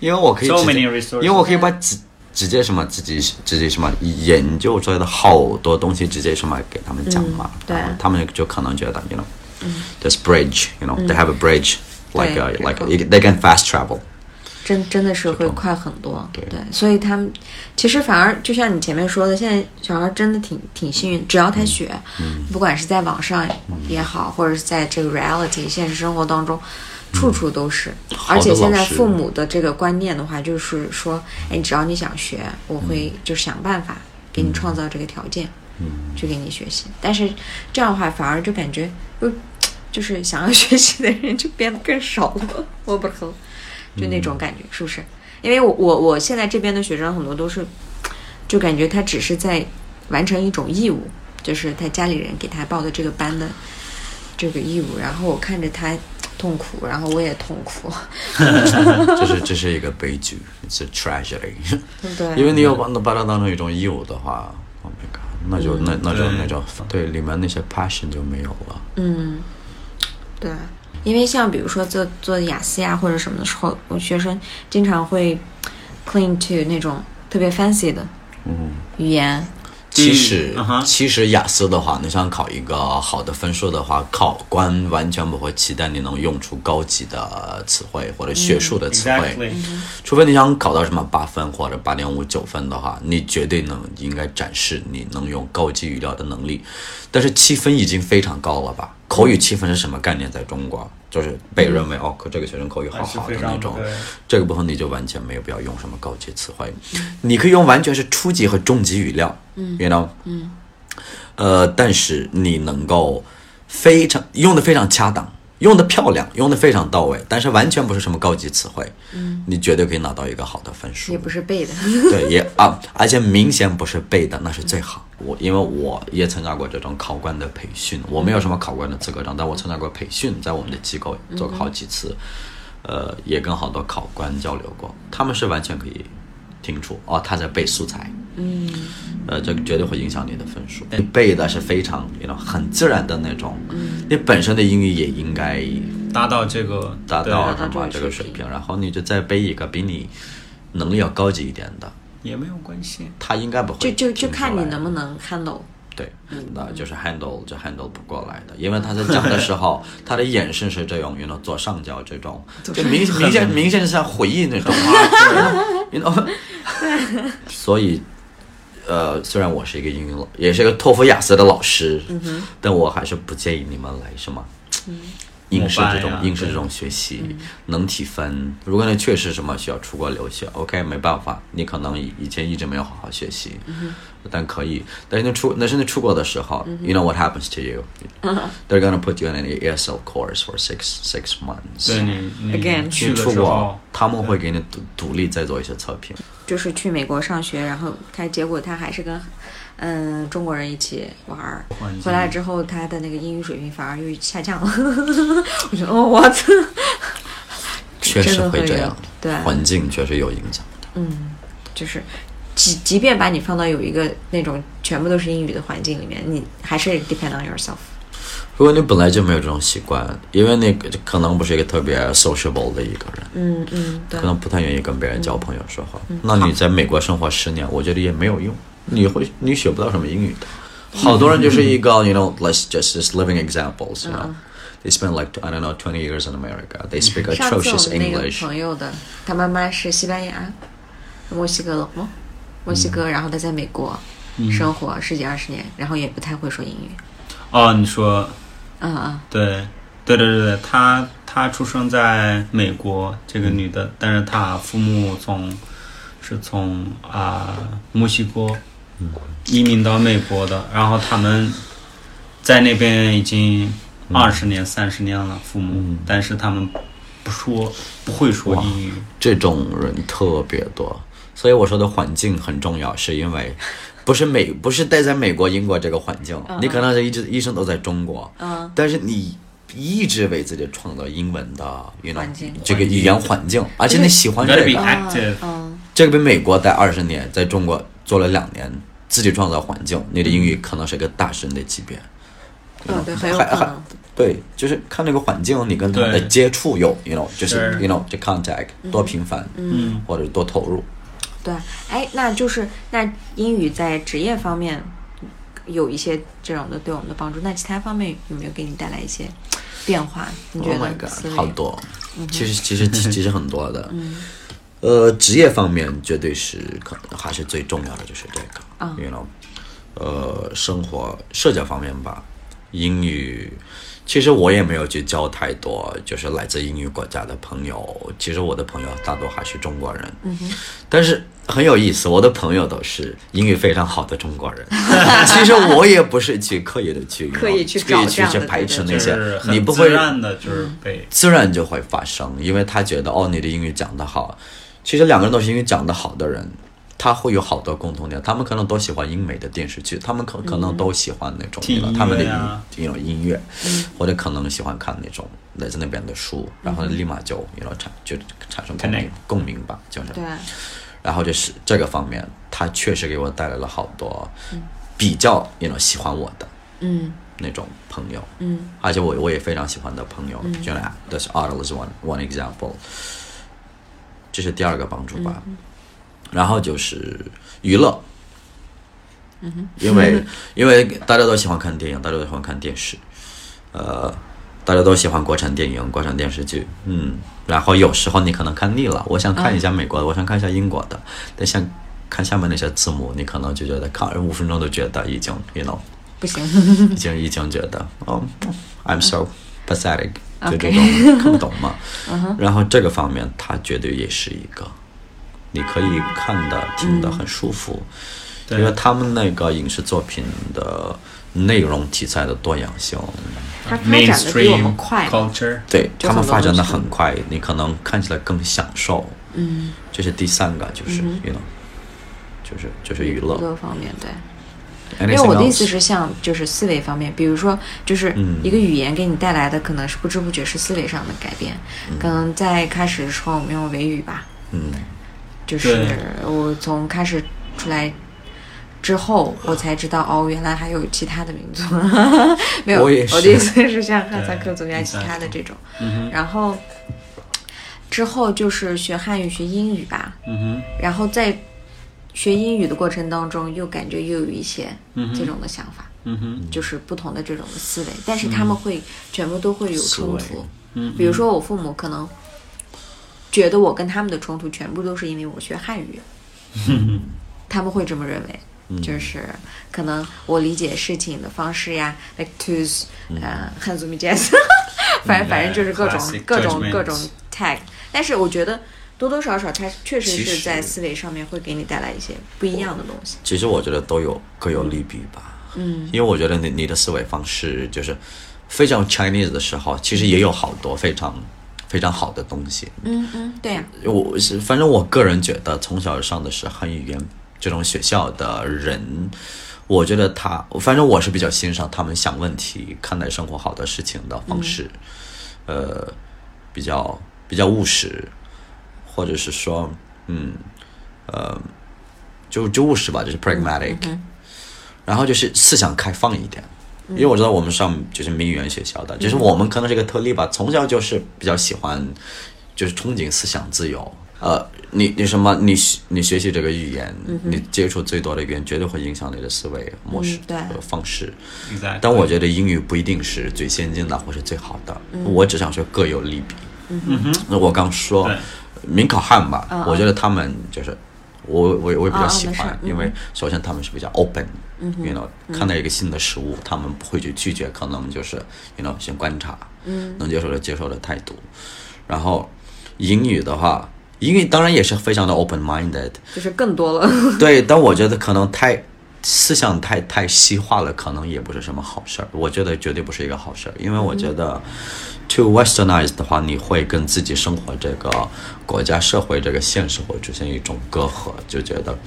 S1: 因为我可以
S3: So
S1: 直接
S3: many resources
S1: 因为我可以把直直接什么自己直接什么研究出来的好多东西直接什么给他们讲嘛，
S2: 嗯对嗯
S1: 然后他们就可能觉得，you know，this bridge，you know，they have a bridge，like a
S2: 对
S1: like a, they can fast travel。
S2: 真真的是会快很多，对所以他们其实反而就像你前面说的，现在小孩真的挺挺幸运，只要
S1: 嗯
S2: 他学，不管是在网上也好，或者是在这个 reality 现实生活当中，处
S1: 嗯
S2: 处都是。
S1: 好的
S2: 而且现在
S1: 老师
S2: 父母的这个观念的话，就是说，哎，只要你想学，我会
S1: 嗯
S2: 就是想办法给你创造这个条件，去给你学习。但是这样的话，反而就感觉又就是想要 *laughs* 学习的人就变得更少了。我不哼，就那
S1: 嗯
S2: 种感觉，是不是？因为我我我现在这边的学生很多都是，就感觉他只是在完成一种义务，就是他家里人给他报的这个班的这个义务，然后我看着他痛苦，然后我也痛苦，
S1: 这是这是一个悲剧，it's a tragedy。
S2: 对不对？
S1: 因为你要把那把它当成一种义务的话，Oh my god，那就那那就
S3: 对
S1: 那就对里面那些 passion 就没有了。
S2: 嗯，对，因为像比如说做做雅思呀或者什么的时候，我学生经常会 cling to 那种特别 fancy 的语言，
S1: 其实
S3: 嗯哼
S1: 其实雅思的话，你想考一个好的分数的话，考官完全不会期待你能用出高级的词汇或者学术的词汇。
S3: 嗯 Exactly，
S2: 嗯
S1: 除非你想考到什么八分或者八点五九分的话，你绝对能应该展示你能用高级语料的能力。但是七分已经非常高了吧？口语七分是什么概念？在中国就是被认为、哦，这个学生口语好
S3: 嗯还是
S1: 好的
S3: 非
S1: 那
S3: 常
S1: 种。
S3: 对
S1: 这个部分你就完全没有必要用什么高级词汇，你可以用完全是初级和中级语料，嗯，you know，嗯，呃，但是你能够非常用的非常恰当，用的漂亮，用的非常到位，但是完全不是什么高级词汇，嗯，你绝对可以拿到一个好的分数，
S2: 也不是背的。
S1: 对，也啊，而且明显不是背的，那是最好。我因为我也参加过这种考官的培训，我没有什么考官的资格证，但我参加过培训，在我们的机构做过好几次，呃，也跟好多考官交流过，他们是完全可以听出哦，他在背素材，
S2: 嗯， *laughs*
S1: 呃，这个绝对会影响你的分数。你背的是非常，you know，很自然的那种，你本身的英语也应该
S3: 达到这个
S1: 达
S3: 对啊
S1: 到
S2: 达
S1: 什
S2: 到
S1: 么
S2: 这
S1: 这
S2: 个
S1: 个
S2: 水
S1: 水
S2: 平
S1: 平，然后你就再背一个比你能力要高级一点的。
S3: 也没有关系。
S1: 他应该不会
S2: 就
S1: 听出
S2: 就
S1: 来，
S2: 就看你能不能 handle。
S1: 对，那就是 handle 就 handle 不过来的，因为他在讲的时候，他的眼神是这种，you know，左上角这种，就明明显明显是在回忆那种话，you know，所 *laughs* 以。呃，虽然我是一个英语老，也是一个托福、雅思的老师，但我还是不建议你们来什么应试这种
S3: 膜拜呀啊
S1: 应试这
S3: 对
S1: 种学习，能体分。如果你确实什么需要出国留学，OK，没办法，你可能以以前一直没有好好学习，但可以。但是你出，但是你出国的时候、y o u know what happens to you？、They're gonna put you in an ESL course for six six months。
S3: 对你你
S2: Again
S3: 去
S1: 你
S3: 的
S1: 出
S3: 时
S1: 国
S3: 候，，
S1: 他们会给你独独立再做一些测评。
S2: 就是去美国上学，然后他结果他还是跟嗯中国人一起玩儿
S3: 环，境
S2: 回来之后他的那个英语水平反而又下降了。 *laughs* 我觉得哦，我操，
S1: 确实会这样，
S2: 真的会有对
S1: 环境确实有影响。
S2: 嗯就是。即即便把你放到有一个那种全部都是英语的环境里面，你还是 depend on yourself。
S1: 如果你本来就没有这种习惯，因为你可能不是一个特别 sociable 的一个人，
S2: 嗯嗯，对
S1: 可，能不太愿意跟别人交朋友说话。那你在美国生活十年，我觉得也没有用，你会你学不到什么英语的。好多人就是一个，you know，let's just just living examples，you
S2: 嗯
S1: know。They spend like I don't know twenty years in America. They speak
S2: 上次我
S1: atrocious
S2: 们那个
S1: English.
S2: 朋友的，他妈妈是西班牙、墨西哥的吗？墨西哥，然后他在美国
S3: 嗯
S2: 生活十几二十年，然后也不太会说英语。
S3: 哦，你说
S2: 嗯嗯，
S3: 对，对对对对，她她出生在美国，这个女的，但是她父母从是从啊、墨西哥
S1: 嗯
S3: 移民到美国的，然后他们在那边已经
S1: 嗯
S3: 二十年、三十年了，父母，但是他们不说不会说英语，
S1: 这种人特别多，所以我说的环境很重要，是因
S2: *laughs*
S1: 为不是美不是待在美国、英国这个环境，你可能是一直一生都在中国，
S2: 嗯
S1: 但是你一直为自己创造英文的 you know,
S2: 环境
S1: 这个语言环境，而且
S2: 对
S1: 你喜欢这
S3: Gotta
S1: 个
S3: be，active，
S2: 嗯，
S1: 这个比美国待二十年，在中国做了两年，自己创造环境，你的英语可能是一个大神的级别。
S2: 嗯，对，很有可能。
S1: 对，就是看这个环境，你跟他们的
S3: 对
S1: 接触有，you know，就是
S3: 是
S1: you know，这 contact 多频繁，
S3: 嗯，
S1: 或者多投入。
S2: 对，哎，那就是那英语在职业方面有一些这种的对我们的帮助，那其他方面有没有给你带来一些变化？你觉
S1: Oh my
S2: 得
S1: god，
S2: 思维？嗯
S1: 好多，其实其实其其实很多的。呃，职业方面绝对是可能还是最重要的，就是这个、
S2: 嗯
S1: y o u know，呃，生活社交方面吧，英语。其实我也没有去交太多，就是来自英语国家的朋友。其实我的朋友大多还是中国人，嗯、但是很有意思，我的朋友都是英语非常好的中国人。 *laughs* 其实我也不是去刻意的去
S2: 刻意去
S1: 刻意去
S2: 找这
S1: 去
S2: 样的
S1: 排斥
S2: 对
S1: 那
S3: 就
S1: 些
S3: 是，很
S1: 你不
S3: 自
S1: 会
S3: 然的就是被
S1: 自然就会发生，因为他觉得哦，你的英语讲得好。其实两个人都是英语讲得好的人，他会有好多共同点。他们可能都喜欢英美的电视剧，他们可可能都喜欢那种、
S3: 听
S1: 对吧
S3: 音乐
S1: 他们的
S3: 嗯啊
S1: 那种音乐，或者可能喜欢看那种来自那边的书，然后立马就然后产就产生共鸣
S3: Connect
S1: 共鸣吧，就是。
S2: 对啊，
S1: 然后就是这个方面，他确实给我带来了好多
S3: 嗯
S1: 比较那种喜欢我的
S2: 嗯
S1: 那种朋友。
S2: 嗯
S1: 而且我我也非常喜欢的朋友，就那 that's all is one one example，这是第二个帮助吧。然后就是娱乐，因为 *laughs* 因为大家都喜欢看电影，大家都喜欢看电视，呃，大家都喜欢国产电影、国产电视剧，嗯，然后有时候你可能看腻了，我想看一下美国的，我想看一下英国的，但想看下面那些字幕，你可能就觉得看五分钟都觉得已经，you know。
S2: 不行，
S1: *laughs* 已经已经觉得，哦，I'm so pathetic，就
S2: OK 嗯
S1: 这种看不懂嘛。然后这个方面，它绝对也是一个，你可以看的、听的很舒服，
S3: 对
S1: 因为他们那个影视作品的内容题材的多样性，
S2: 它发展的比我们
S3: mainstream
S2: 快，
S3: culture。
S1: 对
S2: 就
S1: 他们
S2: 很多
S1: 发展的
S2: 东西
S1: 很快，你可能看起来更享受。嗯，这是第三个，就是
S2: 嗯
S1: you know，就是就是娱乐。
S2: 各方面对。
S1: 因
S2: 因为我的意思是，像就是思维方面，比如说，就是
S1: 嗯
S2: 一个语言给你带来的可能是不知不觉是思维上的改变。可能在开始的时候，我们用维语吧，
S1: 嗯，
S2: 就是
S3: 对
S2: 我从开始出来之后，我才知道哦，原来还有其他的民族。 *laughs* 没有，
S1: 我也
S2: 的意
S1: 是
S2: 思是像哈萨克族呀，
S3: 对
S2: 其他的这种。然后之后就是学汉语、学英语吧。
S3: 嗯哼，
S2: 然后在学英语的过程当中，又感觉又有一些
S3: 嗯哼
S2: 这种的想法。
S3: 嗯哼，
S2: 就是不同的这种的思维，但是他们会全部都会有冲
S1: 嗯思维
S2: 突。
S3: 嗯
S2: 比如说我父母可能觉得我跟他们的冲突全部都是因为我学
S1: *laughs*
S2: 汉语，他们会这么认为。
S1: 嗯
S2: 就是可能我理解事情的方式呀，like tos，呃，
S1: 嗯
S2: 汉族 m i j 反正反正就是各种
S3: Classic
S2: 各种
S3: judgments
S2: 各种 tag。但是我觉得多多少少，它确实
S1: 其
S2: 是
S1: 实
S2: 在思维上面会给你带来一些不一样的东西。
S1: 其实我觉得都有各有利弊吧。嗯，因为我觉得你你的思维方式就是非常 Chinese 的时候，其实也有好多非常非常好的东西。
S2: 嗯嗯，对呀、
S1: 我是反正我个人觉得，从小上的是汉语言这种学校的人，我觉得他反正我是比较欣赏他们想问题、看待生活好的事情的方式，呃，比较比较务实，或者是说，嗯，呃，就就务实吧，就是 pragmatic，、然后就是思想开放一点。因为我知道我们上就是名语言学校的，就是我们可能是一个特例吧，从小就是比较喜欢就是憧憬思想自由。呃，你你什么？你学你学习这个语言，你接触最多的语言，绝对会影响你的思维模式
S2: 嗯、对
S1: 和方式。
S3: Exactly
S1: 但我觉得英语不一定是最先进的或是最好的，我只想说各有利弊。嗯哼，我刚说
S3: 对
S1: 民考汉吧，我觉得他们就是我我我也比较喜
S2: 啊啊
S1: 欢，
S2: 没事
S1: 因为首先他们是比较 open，you know，看到一个新的食物，他们不会去拒绝，可能就是 you know 先观察，能接受的接受的态度。然后英语的话，英语当然也是非常的 open minded，
S2: 就是更多了。
S1: 对，但我觉得可能太思想太太西化了，可能也不是什么好事儿。我觉得绝对不是一个好事儿，因为我觉得 to westernize 的话，你会跟自己生活这个国家社会这个现实会出现一种隔阂，就觉得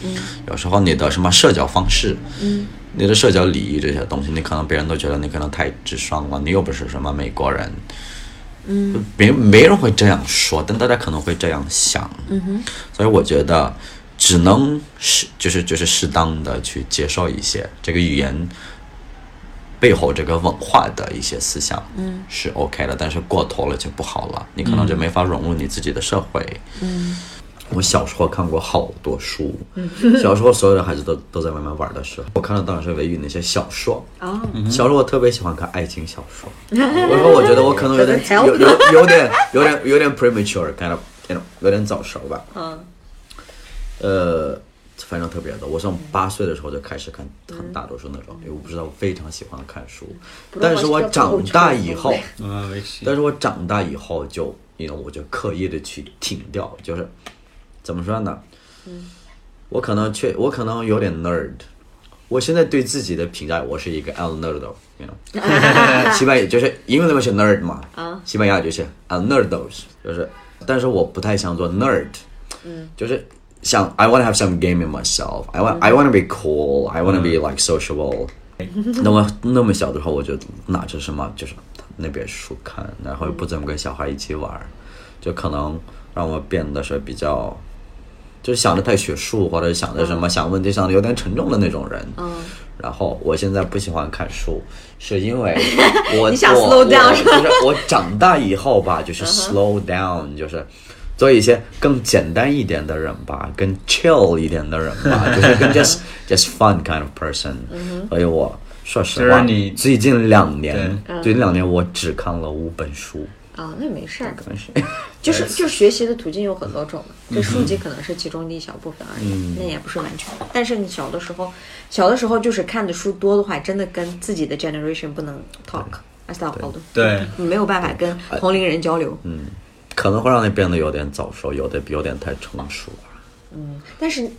S1: 有时候你的什么社交方式，嗯。你的社交礼仪这些东西，你可能别人都觉得你可能太直爽了，你又不是什么美国人，嗯，没没人会这样说，但大家可能会这样想，嗯哼，所以我觉得只能适就是就是适当的去接受一些这个语言背后这个文化的一些思想，嗯，是 OK 的，但是过头了就不好了，你可能就没法融入你自己的社会，嗯。我小时候看过好多书，小时候所有的孩子都都在外面玩的时候，我看的当然是维语那些小说。
S2: 哦，
S1: 小时候我特别喜欢看爱情小说，我说我觉得我可能有点
S2: Doesn't
S1: 嗯 *laughs* 有有有点有点有点 premature，kind of you know，有点早熟吧。
S2: 嗯
S1: 呃，非常特别的。我上八岁的时候就开始看很大多数那种，因为我不知道我非常喜欢看书，但是我长大以后，
S3: 嗯，没
S1: *laughs*
S3: 事
S1: 但是我长大以后就，因为我就刻意的去停掉，就是怎么说呢？我可能确，我可能有点 nerd。我现在对自己的评价，我是一个 al nerdo，you know，西班牙就是英文那边是 nerd 嘛，西班牙就是 al nerdos，就是，但是我不太想做 nerd，嗯，就是想 I want to have some game in myself，I want、I want to be cool，I want to be like
S2: *laughs*
S1: sociable，那么那么小的时候，我就拿着什么就是那本书看，然后也不怎么跟小孩一起玩儿，就可能让我变得是比较，就是想的太学术或者想的
S2: 嗯
S1: 什么、想问题想的有点沉重的那种人。嗯。然后我现在不喜欢看书，是因
S2: *laughs*
S1: 为我
S2: 你想
S1: 我
S2: slow down
S1: 我
S2: 是
S1: 就是我长大以后吧，就是 slow down，就是。做一些更简单一点的人吧，更 chill 一点的人吧，就是更 just just fun kind of person。所以我说实
S3: 就
S1: 话，
S3: 是你
S1: 最近两年，
S3: 对
S1: 最近两年我只看了五本书，
S2: 啊，那没事儿，嗯
S1: 可能是
S2: *laughs* 就是就是学习的途径有很多种嘛，这书籍可能是其中的一小部分而已，那也不是完全。但是你小的时候，小的时候就是看的书多的话，真的跟自己的 generation 不能 talk，而是 talk 好多，
S3: 对
S2: 你没有办法跟同龄人交流。哎嗯，
S1: 可能会让你变得有点早熟，有的有点太成熟了。
S2: 但是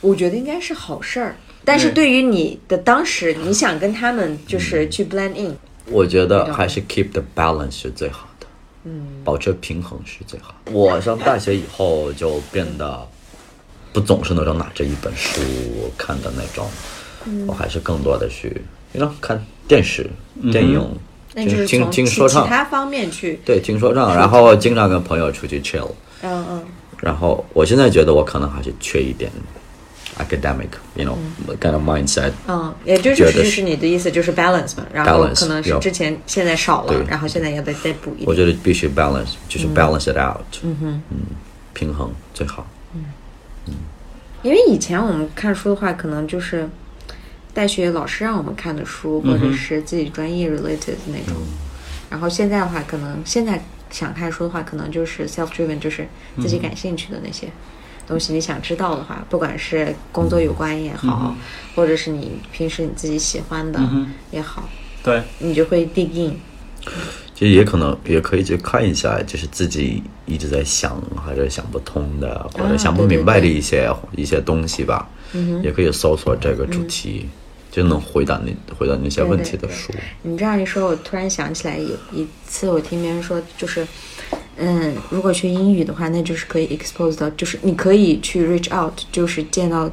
S2: 我觉得应该是好事儿。但是对于你的当时，你想跟他们就是去 blend in，
S1: 我觉得还是 keep the balance 是最好的，嗯，保持平衡是最好的。我上大学以后就变得不总是那种拿着一本书看的那种，
S2: 嗯
S1: 我还是更多的去，你知道看电视、电影，
S2: 那就是
S1: 听听
S2: 从其
S1: 听
S2: 其
S1: 说唱，
S2: 他方面去，
S1: 对，听说
S2: *laughs*
S1: 唱，然后经常跟朋友出去 chill，
S2: 嗯嗯。
S1: 然后我现在觉得我可能还是缺一点 academic，you know，kind of mindset，
S2: 嗯，也就
S1: 觉
S2: 是
S1: 得
S2: 就是是你的意思就是 balance 嘛，然后
S1: balance，
S2: 可能是
S1: 有
S2: 之前现在少了
S1: 对，
S2: 然后现在要再再补一
S1: 我
S2: 点。
S1: 觉得必须 balance，就是 balance it out，嗯哼，嗯，平衡最好。
S2: 因为以前我们看书的话，可能就是大学老师让我们看的书，或
S1: 嗯
S2: 者是自己专业 related 那种。然后现在的话，可能现在想看书的话，可能就是 self driven，就是自己感兴趣的那些
S1: 嗯
S2: 东西。你想知道的话，不管是工作有关也
S1: 嗯
S2: 好，或者是你平时你自己喜欢的也好，
S3: 嗯对，
S2: 你就会 dig in。
S1: 其实也可能也可以去看一下，就是自己一直在想还是想不通的，或
S2: 啊
S1: 者想不明白的一些、一些东西吧。嗯、也可以搜索这个主
S2: 嗯
S1: 题，就能回答你回答那些问题的书。
S2: 你这样一说，我突然想起来一一次，我听别人说，就是，嗯，如果学英语的话，那就是可以 expose 到，就是你可以去 reach out，就是见到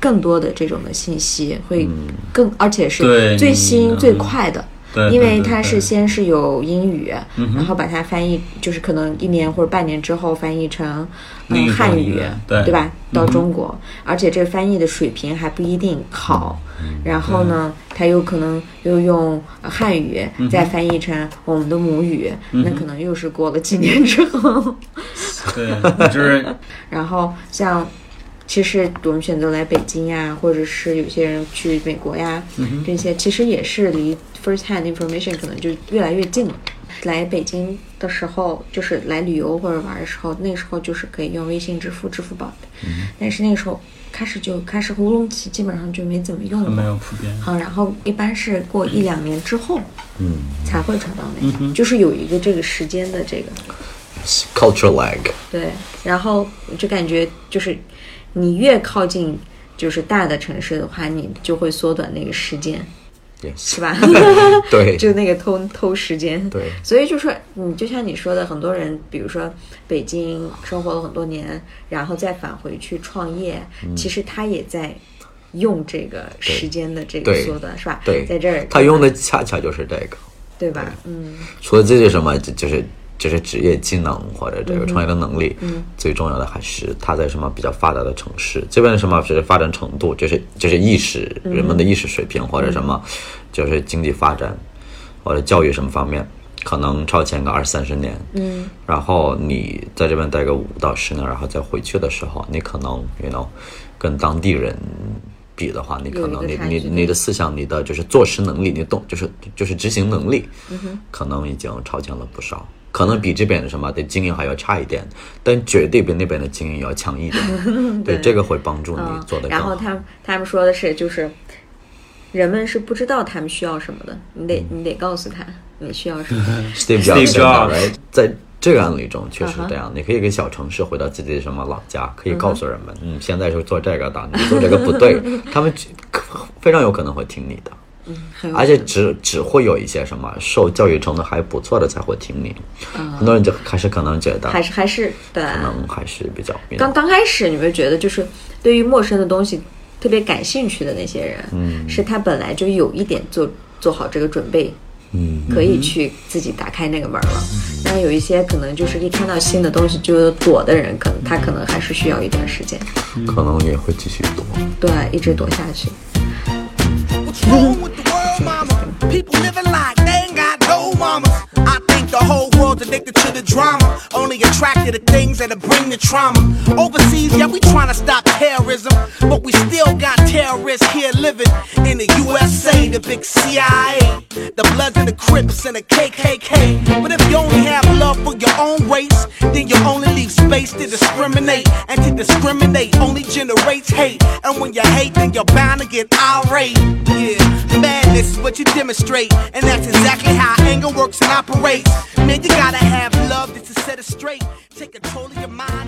S2: 更多的这种的信息，会
S1: 嗯
S2: 更，而且是
S3: 对
S2: 最新
S3: 嗯
S2: 最快的。
S3: 对
S2: 因为
S3: 对对
S2: 它是呃
S3: 对
S2: 先是有英语，
S3: 嗯
S2: 然后把它翻译，就是可能一年或者半年之后翻译成
S3: 另
S2: 嗯
S3: 一种
S2: 汉
S3: 语
S2: 语
S3: 言，对
S2: 吧？到中国，而且这翻译的水平还不一定好。然后呢，他有可能又用呃汉语再翻译成我们的母语，那可能又是过了几年之后。
S3: 对，就是
S2: 然后像，其实我们选择来北京呀，或者是有些人去美国呀，
S3: 嗯
S2: 这些其实也是离 first hand information 可能就越来越近了。来北京的时候，就是来旅游或者玩的时候，那时候就是可以用微信、支付、支付宝的，
S3: 嗯
S2: 但是那个时候开始就开始乌鲁木齐基本上就没怎么用
S3: 没
S2: 了。
S3: 有普遍，
S2: 嗯，然后一般是过一两年之后
S1: 嗯
S2: 才会转到那个，就是有一个这个时间的这个。
S1: ，culture lag，
S2: 对，然后我就感觉就是你越靠近就是大的城市的话，你就会缩短那个时间，
S1: yes，
S2: 是吧？
S1: *laughs* 对，
S2: 就那个偷偷时间。
S1: 对
S2: 所以就说，你就像你说的，很多人，比如说北京生活了很多年，然后再返回去创业，
S1: 嗯
S2: 其实他也在用这个时间的这个
S1: 对
S2: 缩短，是吧？
S1: 对
S2: 在这儿，
S1: 他用的恰恰就是这个。
S2: 对吧？嗯，
S1: 除了这些什么，就就是就是职业技能或者
S2: 嗯
S1: 这个创业的能力，最重要的还是他在什么比较发达的城市，这边什么就是发展程度，就是就是意识
S2: 嗯
S1: 人们的意识水平或者什么，就是经济发展或者教育什么方面，可能超前个二三十年，嗯，然后你在这边待个五到十年，然后再回去的时候，你可能 you know 跟当地人。比的话，你可能你
S2: 有一个差
S1: 你
S2: 距
S1: 你的思想，你
S2: 嗯
S1: 的就是做事能力，你懂，就是就是执行能力，可能已经超前了不少。可能比这边的什么的经营还要差一点，但绝对比那边的经营要强一点。
S2: *laughs*
S1: 对，这个会帮助你做的更
S2: 嗯然
S1: 好。
S2: 后他他们说的是，就是人们是不知道他们需要什么的，你得
S1: 嗯
S2: 你得告诉他你需要
S1: *laughs*
S2: 什么。
S1: Steve
S3: Steve
S1: Jobs
S3: Jobs
S1: 的 right？在这个案例中确实是这
S2: 嗯
S1: 样你可以给小城市回到自己的什么老家，可以告诉人们嗯，现在是做这个的，你做这个不对，他们可非常有可能会听你的。
S2: 嗯很有
S1: 而且只只会有一些什么受教育程度还不错的才会听你，很多人就还是可能觉得，
S2: 嗯还是还是对
S1: 可能还是比较迷茫
S2: 刚刚开始你会觉得就是对于陌生的东西特别感兴趣的那些人，嗯，是他本来就有一点做做好这个准备，
S1: 嗯，
S2: 可以去自己打开那个门了。但有一些可能就是一看到新的东西就躲的人，可能他可能还是需要一段时间，
S1: 可能也会继续多。
S2: 对，一直躲下去。
S4: What's wrong with the world, mama? People living like they ain't got no mama. I think the whole world's addicted to the drama. Only attracted to things that'll bring the trauma. Overseas, yeah, we tryna stop terrorism. But we still got terrorists here living in the USA, the big CIA. The Bloods and the Crips and the KKK. But if you only have love for your own race, then you only leave space to discriminate. And to discriminate only generates hate. And when you hate, then you're bound to get irate. Yeah, madness is what you demonstrate. And that's exactly how anger works and operates. Man, you gotta have love just to set it straight. Take control of your mind. and-